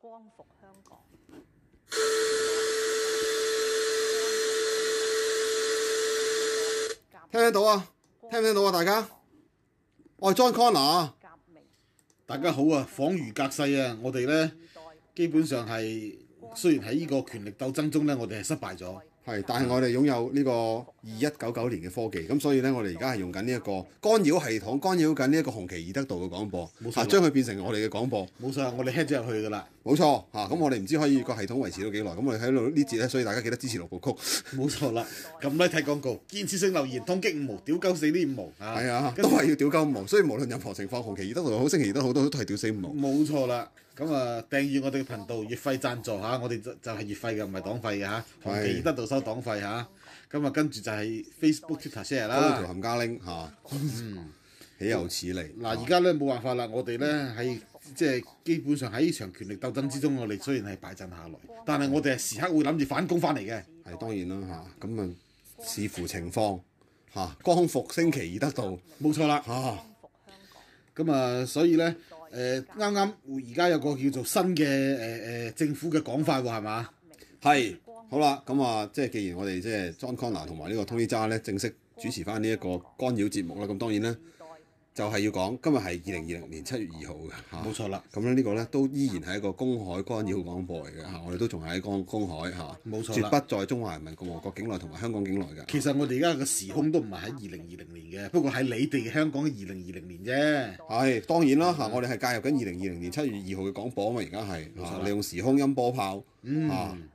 光復香港。聽唔聽到啊？聽唔聽到啊？大家，哦我係 John Connor 啊，革命大家好啊，恍如隔世啊！我哋呢，時代基本上係雖然喺呢個權力鬥爭中呢，我哋係失敗咗，係，但係我哋擁有呢個二一九九年嘅科技，咁所以呢，我哋而家係用緊呢一個干擾系統，干擾緊呢一個紅旗爾德道嘅廣播冇，錯嚇將佢變成我哋嘅廣播，冇錯，我哋 head 咗入去㗎啦， 冇錯嚇。咁我哋唔知可以個系統維持到幾耐，咁我哋喺度呢節呢，所以大家記得支持六部曲，冇錯啦。咁呢，睇廣告，建設性留言，通擊五毛，屌鳩死呢五毛啊！係啊，跟都住係要屌鳩五毛，所以無論任何情況，紅旗爾德道好，星期二德好都都係屌死五毛。冇錯啦，咁啊訂閱我哋嘅頻道，月費贊助嚇，我哋就就係月費嘅，唔係黨費嘅嚇，同係記得度收黨費嚇。咁啊，跟住就係 Facebook、Twitter share 嗰條啦。冚家拎嚇，豈有此理！嗯嗱，而家咧冇辦法啦，我哋咧喺即係基本上喺呢場權力鬥爭之中，我哋雖然係敗陣下來，但係我哋係時刻會諗住反攻翻嚟嘅。啊係當然啦嚇，咁啊視乎情況嚇，光復星期二得到冇錯啦，嚇，復香港。咁啊，所以咧誒啱啱而家有個叫做新嘅誒誒政府嘅講法喎，係嘛？係好啦，咁啊即係既然我哋即係 John Connor 同埋呢個 Tony 渣咧正式主持翻呢一個干擾節目啦，咁當然咧就係要講今日係二零二零年七月二號嘅嚇。冇錯啦，咁咧呢個咧都依然係一個公海干擾廣播嚟嘅嚇，我哋都仲係喺公公海嚇，冇錯啦絕不在中華人民共和國境內同埋香港境內嘅。其實我哋而家嘅時空都唔係喺二零二零年嘅，不過喺你哋香港嘅二零二零年啫。係當然啦嚇，我哋係介入緊二零二零年七月二號嘅廣播啊嘛，而家係錯嚇啦利用時空音波炮嗯嚇。香港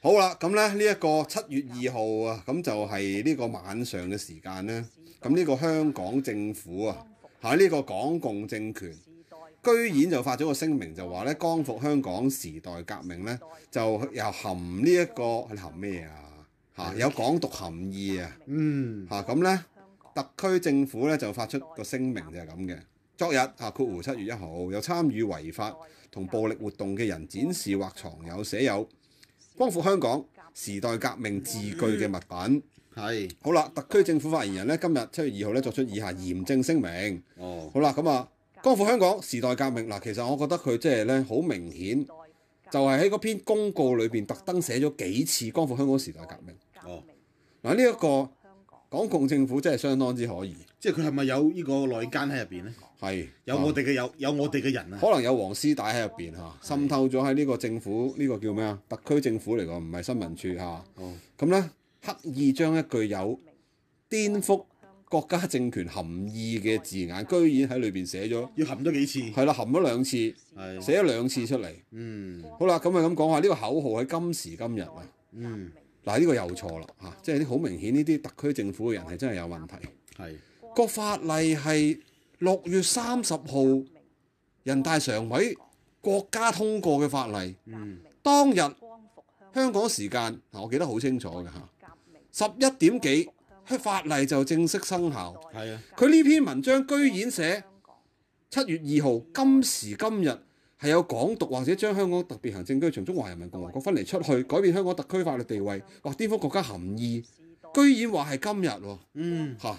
好啦，咁咧呢一個七月二號啊，咁就係呢個晚上嘅時間咧，咁呢個香港政府啊嚇呢個港共政權。時代居然就發咗個聲明，就話咧光復香港時代革命咧，就又含呢、一個係含咩啊？嚇、有港獨含義啊！嗯，嚇咁咧，特區政府咧就發出個聲明就係咁嘅。昨日嚇括弧七月一號，有參與違法同暴力活動嘅人展示或藏有寫有光復香港時代革命字句嘅物品。係。好啦，特區政府發言人咧今日七月二號咧作出以下嚴正聲明。哦，好啦，咁啊，光復香港時代革命嗱，其實我覺得佢即係咧好明顯，就係喺嗰篇公告裏邊特登寫咗幾次光復香港時代革命。哦，嗱，呢一個香港港共政府真係相當之可疑，即係佢係咪有呢個內奸喺入邊呢？係有啊我哋嘅有有我哋嘅人啊！可能有黃絲帶喺入邊嚇，滲透咗喺呢個政府呢、個叫咩啊？特區政府嚟講，唔係新聞處嚇。哦，咁咧刻意將一句有顛覆國家政權含義嘅字眼，居然喺裏邊寫咗，要含咗幾次？係啦，含咗兩次，Ờ, 係寫咗兩次出嚟。嗯好啦，咁啊咁講下呢個口號喺今時今日啊，嗯嗱呢個又錯啦嚇，即係啲好明顯呢啲特區政府嘅人係真係有 Ừ, 問題。係個法例係六月三十號人大常委國家通過嘅法例，嗯當日光復香香港時間嗱，我記得好清楚嘅嚇，革命十一點幾法例就正式生效。係啊，佢呢篇文章居然寫香港七月二號今時今日係有港獨或者將香港特別行政區從中華人民共和國分離出去，改變香港特區法律地位或顛覆國家含義，居然話係今日喎嗯嚇、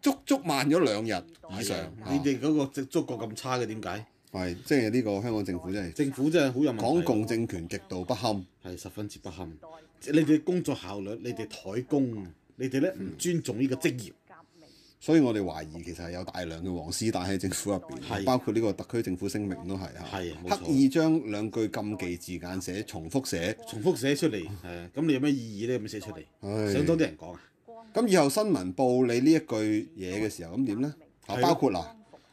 足足慢咗兩日以上係啊。嚇你哋嗰個觸觸覺咁差嘅點解？係，即係呢個香港政府真係政府真係好有問題。港共政權極度不堪。係十分之不堪。即係你哋工作效率，你哋怠工，你哋咧嗯唔尊重呢個職業。革命所以我哋懷疑其實係有大量嘅黃絲帶喺政府入係邊，包括呢個特區政府聲明都係係冇嚇，錯刻意將兩句禁忌字眼寫重複寫，重複寫出嚟，係啊，咁你有咩意義咧？咁樣寫出嚟，唉想多啲人講啊！咁以後新聞報你呢一句嘢嘅時候，咁點呢？啊，係咯包括嗱，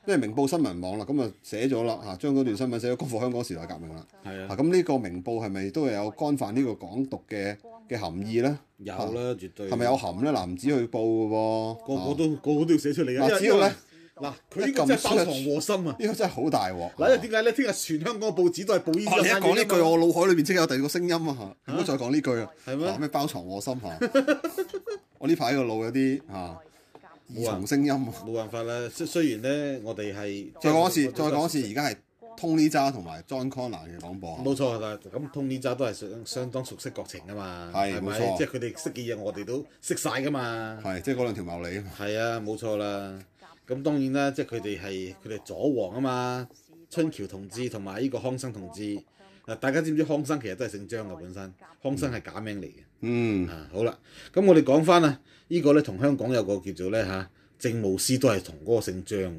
因為明報新聞網啦，咁啊寫咗啦嚇，將嗰段新聞寫咗光復香港時代革命啦。係啊，啊，咁呢個明報係咪都有干犯呢個港獨嘅嘅含義呢？有啦，絕對啊係咪有含呢？嗱，唔止去報嘅個個喎。都個個都要寫出嚟嘅？因嗱為只要呢因為嗱，佢呢個真係包藏禍心啊！呢個真係好大鑊。嗱，因為點解咧？聽日全香港嘅報紙都係報呢哇！你一啲講呢句，我腦海裏面即刻有第二個聲音啊嚇！唔好再講呢句啊，係咩啊咩包藏我心嚇！我呢排個腦有啲啊嚇二重聲音啊！冇辦法啦。雖雖然咧，我哋係再講一次，再講一次，而家係 Tony 渣同埋 John Connor 嘅廣播啊。冇錯啦。咁 Tony 渣都係相相當熟悉國情噶嘛，係係冇咪錯？即係佢哋識嘅嘢，我哋都識晒噶嘛。係，即係嗰兩條茂利啊嘛。係啊，冇錯啦。咁當然啦，即係佢哋係佢哋左王啊嘛，春橋同志同埋呢個康生同志。嗱，大家知唔知康生其實都係姓張嘅本身，康生係假名嚟嘅。嗯，啊，好啦，咁我哋講翻啊，呢、個咧同香港有個叫做咧嚇、政務司都係同嗰個姓張嘅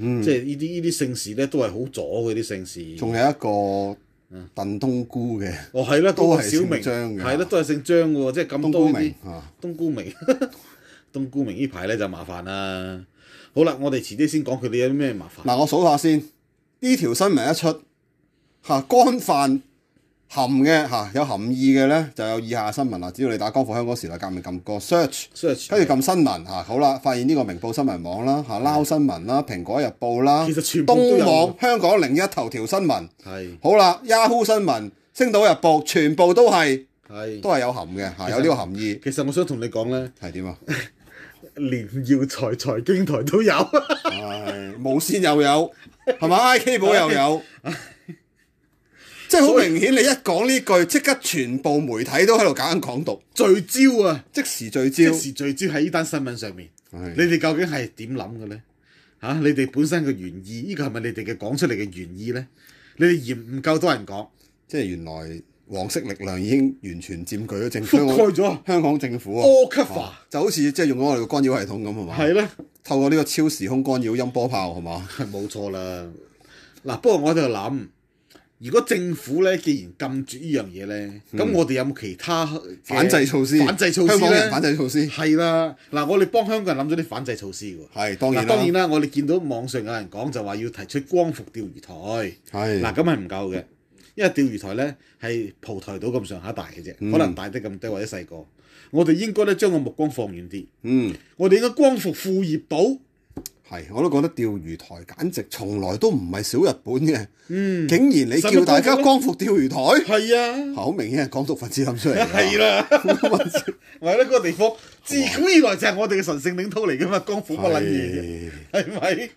喎，即係呢啲呢啲姓氏咧都係好左嘅啲姓氏。嗯仲有一個鄧東姑嘅哦，係啦，都嗰係個小姓明，張嘅係啦，都係姓張嘅喎，即係嗯咁東姑多呢啲明。啊，冬菇明， 冬菇明呢排咧就麻煩啦。好啦，我哋遲啲先講佢哋有啲咩麻煩。嗱我數下先，呢條新聞一出嚇乾飯含嘅嚇有含義嘅咧，就有以下新聞啦。只要你打光復香港時代革命撳個 search。所以其跟住撳新聞嚇，好啦，發現呢個明報新聞網啦嚇，撈新聞啦，蘋果日報啦，實全部都東有網、香港零一頭條新聞，係好啦，Yahoo 新聞、星島日報，全部都係係。都係有含嘅嚇，有呢個含義其實我想同你講咧，係點啊？連耀財財經台都有， 唉，無線又有係 嘛？IK 寶又有，即係好明顯，你一講呢句，即刻全部媒體都喺度搞緊港獨，聚焦啊！即時聚即焦。時聚焦喺呢單新聞上面，你係哋究竟係點諗嘅咧？嚇、你哋本身嘅原意，呢個係咪你哋嘅講出嚟嘅原意咧？你哋嫌唔夠多人講，即係原來黃色力量已經完全佔據咗政覆香港蓋咗香港政府啊！ all cover，就好似即係用咗我哋個干擾系統咁係嘛？係啦。透過呢個超時空干擾音波炮係嘛？係冇錯啦。嗱，不過我喺度諗，如果政府咧既然禁絕呢樣嘢咧，咁、我哋有冇其他嘅反制措施，嗯反制措施香港人反咧？制措施係啦，嗱，我哋幫香港人諗咗啲反制措施喎。係當嗱，然當然啦，啦，我哋見到網上有人講就話要提出光復釣魚台，嗱係咁係唔夠嘅，因為釣魚台咧係蒲台島咁上下大嘅啫，可能大得咁低或者細個。我哋應該咧將個目光放遠啲，嗯我哋應該光復副業島。係，我都覺得釣魚台簡直從來都唔係小日本嘅，嗯，竟然你使乜叫大家光復呢光復釣魚台，係啊。好明顯係港獨分子諗出嚟啊 係㗎。啦，我喺呢個地方自古以來就係我哋嘅神聖領土嚟噶嘛，光復乜撚嘢係係咪？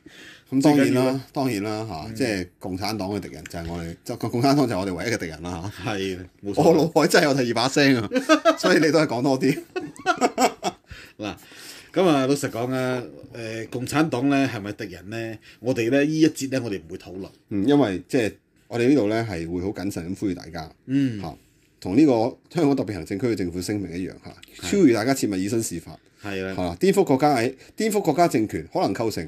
咁當然最緊要啊嗯啦，當然啦嚇，即係共產黨嘅敵人就係我哋，就共產黨就係我哋唯一嘅敵人啦嚇。係冇我 錯。腦海真係有第二把聲 啊，所以你都係講多啲。嗱，咁啊，老實講啊，誒，共產黨咧係咪敵人咧？我哋咧呢一節咧，我哋唔會討論。嗯，因為即係我哋呢度咧係會好謹慎咁呼籲大家嗯，嚇，同呢個香港特別行政區嘅政府聲明一樣嚇，呼籲大家切勿以身試法係啦，嚇，顛覆國家危顛覆國家政權，可能構成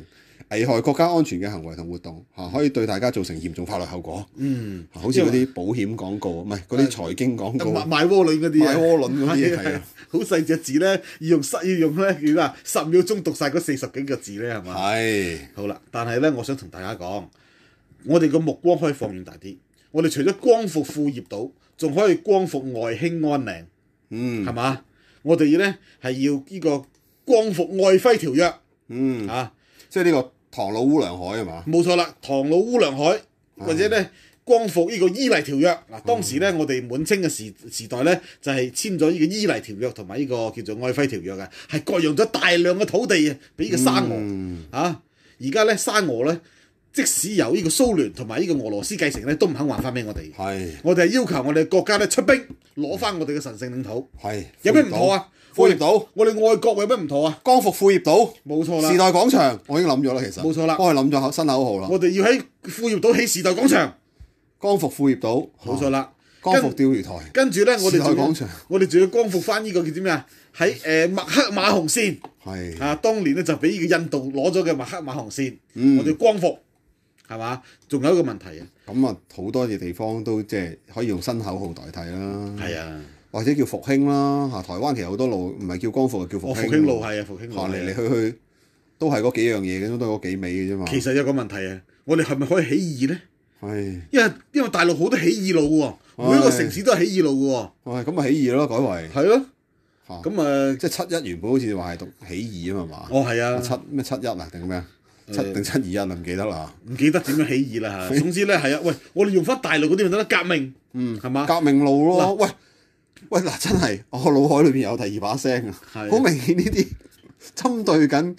危害國家安全嘅行為同活動嚇，可以對大家造成嚴重法律後果。嗯，嚇好似嗰啲保險廣告，唔係嗰啲財經廣告，賣賣窩輪嗰啲啊買窩輪嗰啲嘢係啊， 好細隻字咧，要用十要用咧，叫咩啊？十秒鐘讀晒嗰四十幾個字咧，係嘛？係好啦，但係咧，我想同大家講，我哋個目光可以放遠大啲。我哋除咗光復副業島，仲可以光復外興安嶺，嗯係嘛、我哋咧係要呢個光復外徽條約、嗯，啊，即係呢個唐老烏梁海啊嘛，冇錯啦，唐老烏梁海啊或者咧光復呢個伊犁條約。嗯嗱，當時咧我哋滿清嘅時時代咧就係、簽咗呢個伊犁條約同埋呢個叫做外徽條約嘅，係割讓咗大量嘅土地啊，俾呢個沙俄。嗯啊！而家咧沙俄咧，即使由呢個蘇聯同埋呢個俄羅斯繼承咧，都唔肯還翻俾我哋。係我哋係要求我哋國家咧出兵攞翻我哋嘅神聖領土，係有咩唔妥？啊？副我業哋島，我哋愛國有咩唔妥啊？光復副業島。冇錯時啦，代廣場，我已經諗咗啦，其實冇錯啦我係諗咗口新口號啦。我哋要喺副業島起時代廣場，光復副業島，冇錯啊，啦。光復釣魚台，跟住咧，我時哋代仲廣要場我哋仲要光復翻呢個叫做咩啊？喺誒麥克馬洪線係啊，當年咧就俾呢個印度攞咗嘅麥克馬洪線，嗯我哋光復係嘛？仲有一個問題啊，咁啊，好多嘅地方都即係可以用新口號代替啦，係啊，或者叫復興啦嚇。台灣其實好多路唔係叫光復，就叫我復復興。興路係啊，復興路嚇係啊嚟嚟去去都係嗰幾樣嘢嘅，都係嗰幾味嘅啫嘛。其實有個問題啊，我哋係咪可以起義呢？係因為因為大陸好多起義路喎，每一個城市都係起義路嘅係咁啊，起義咯，改為喎。係咯，嚇咁咁啊，即係七一原本好似話係讀起義啊嘛係嘛。哦係啊，七咩七一啊定咩啊？七定七二一啊唔記得啦。唔記得點樣起義 啦嚇。總之呢，係啊，喂，我哋用翻大陸嗰啲咪得啦，革命，嗯，係嘛？革命路咯，喂喂嗱，真係我腦海裏邊有第二把聲啊！係好明顯呢啲 針對緊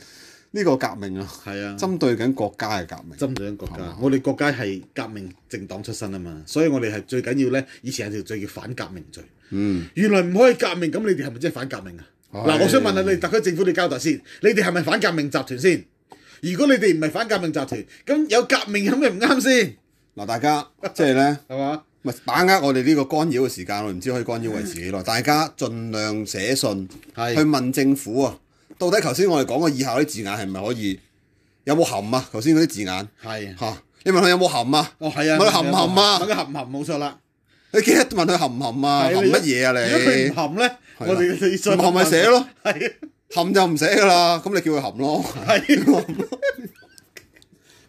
呢個革命啊，係啊，針對緊國家嘅革命。針對緊國係家嘛。我哋國家係革命政黨出身啊嘛，所以我哋係最緊要呢。以前有條罪叫反革命罪。嗯，原來唔可以革命，咁你哋係咪真係反革命啊？係嗱，我想問下你特區政府，你交代先，你哋係咪反革命集團先？如果你哋唔係反革命集團，咁有革命有咩唔啱先？嗱，大家即係咧，係嘛？咪把握我哋呢個干擾嘅時間，我唔知可以干擾維持幾耐。大家盡量寫信係去問政府啊，到底頭先我哋講嘅以下嗰啲字眼係咪可以有冇含啊？頭先嗰啲字眼係嚇、你問佢有冇含啊？哦係啊，問佢含唔含問啊？佢含唔含冇錯啦。你記得問佢含唔含啊？含係你乜嘢啊如果佢唔你？含咧，係我啦哋你再啊唔含咪寫咯，係含就唔寫噶啦，咁你叫佢含咯。係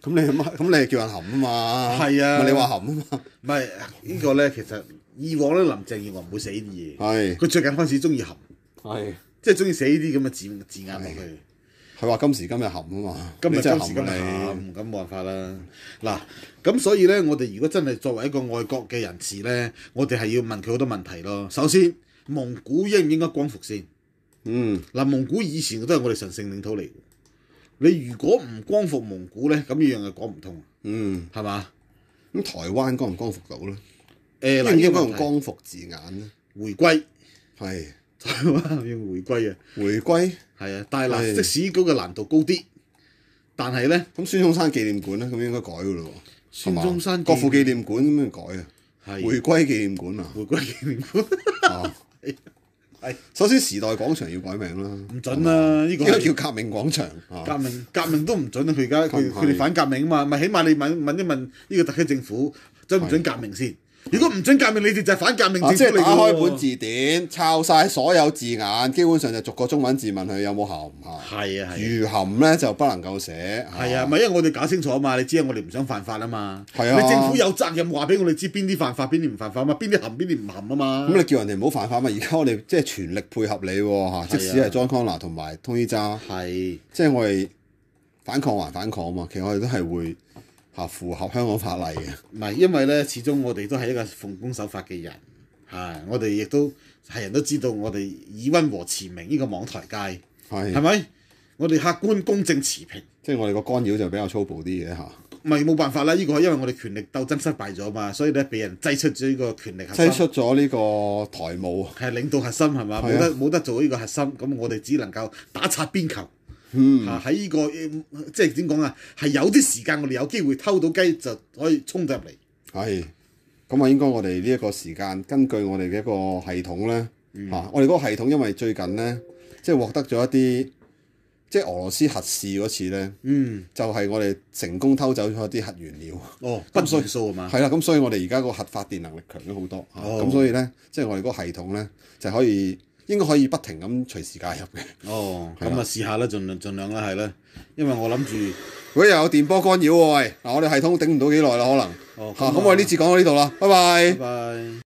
咁你咁咁你叫人含啊嘛？係啊咪你話含啊嘛？唔係呢個咧？其實以往咧，林鄭月娥唔會寫呢啲嘢，係佢最近開始中意含，係。即係中意寫呢啲咁嘅字字眼落去。佢話今時今日含啊嘛，今日你真今係時今日含啊喊，咁冇辦法啦。嗱，咁所以咧，我哋如果真係作為一個愛國嘅人士咧，我哋係要問佢好多問題咯。首先，蒙古應唔應該光復先？你嗯，嗱，蒙古以前都係我哋神聖領土嚟嘅。你如果唔光復蒙古咧，咁呢樣嘢講唔通，嗯，係嘛？咁台灣光唔光復到咧？誒，應嗱，唔應該呢用個問光復字眼咧？題回歸，係台灣要回歸啊，回歸。係啊。但係係嗱，即使嗰個難度高啲，但係咧，咁孫中山紀念館咧，咁應該改噶咯喎。孫中山國父紀念館咁樣改啊，係回歸紀念館 啊。回歸紀念館，啊係首先時代廣場要改名啦，唔準啦，呢個應係該叫革命廣場啊。革命革命都唔準啊！佢而家係佢佢哋反革命啊嘛，咪起碼你問問一問呢個特區政府準唔準革命先？如果唔準革命，你哋就係反革命啊政即府嚟係打嘅開喎本字典，抄晒所有字眼，基本上就逐個中文字問佢有冇含唔含。係啊係啊如含咧就不能夠寫。係啊，咪因為我哋搞清楚啊嘛，你知啊，我哋唔想犯法啊嘛。係啊你政府有責任話俾我哋知邊啲犯法，邊啲唔犯法啊嘛，邊啲含邊啲唔含啊嘛。咁你叫人哋唔好犯法嘛？而家我哋即係全力配合你喎、嚇即使係係啊 John Connor 同埋 Tony 渣，係即係我哋反抗還反抗啊嘛。其實我哋都係會嚇符合香港法例嘅。唔係因為咧？始終我哋都係一個奉公守法嘅人，係我哋亦都係人都知道，我哋以温和持名呢個網台界係係，咪？我哋客觀公正持平。即係我哋個干擾就比較粗暴啲嘅嚇。咪冇辦法啦！呢個係因為我哋權力鬥爭失敗咗嘛，所以咧被人擠出咗呢個權力核心，擠出咗呢個台務，係領導核心係嘛？係啊冇得冇得做呢個核心，咁我哋只能夠打擦邊球。嗯啊喺呢個呃即係點講啊？係有啲時間我哋有機會偷到雞就可以衝到入嚟。係咁啊。應該我哋呢一個時間，根據我哋嘅一個系統咧嚇、嗯我哋嗰個系統因為最近咧，即係獲得咗一啲即係俄羅斯核試嗰次咧，嗯，就係、我哋成功偷走咗一啲核原料。哦，不算數係嘛？係啦，咁所以我哋而家個核發電能力強咗好多，嚇哦咁、所以呢，即係我哋嗰個系統呢，就可以應該可以不停咁隨時介入嘅。哦，咁啊試下啦，盡量盡量啦，係啦，因為我諗住如果又有電波干擾喎，喂，嗱我哋系統頂唔到幾耐啦，可能哦，嚇，咁、啊我哋呢次講到呢度啦，拜拜拜拜。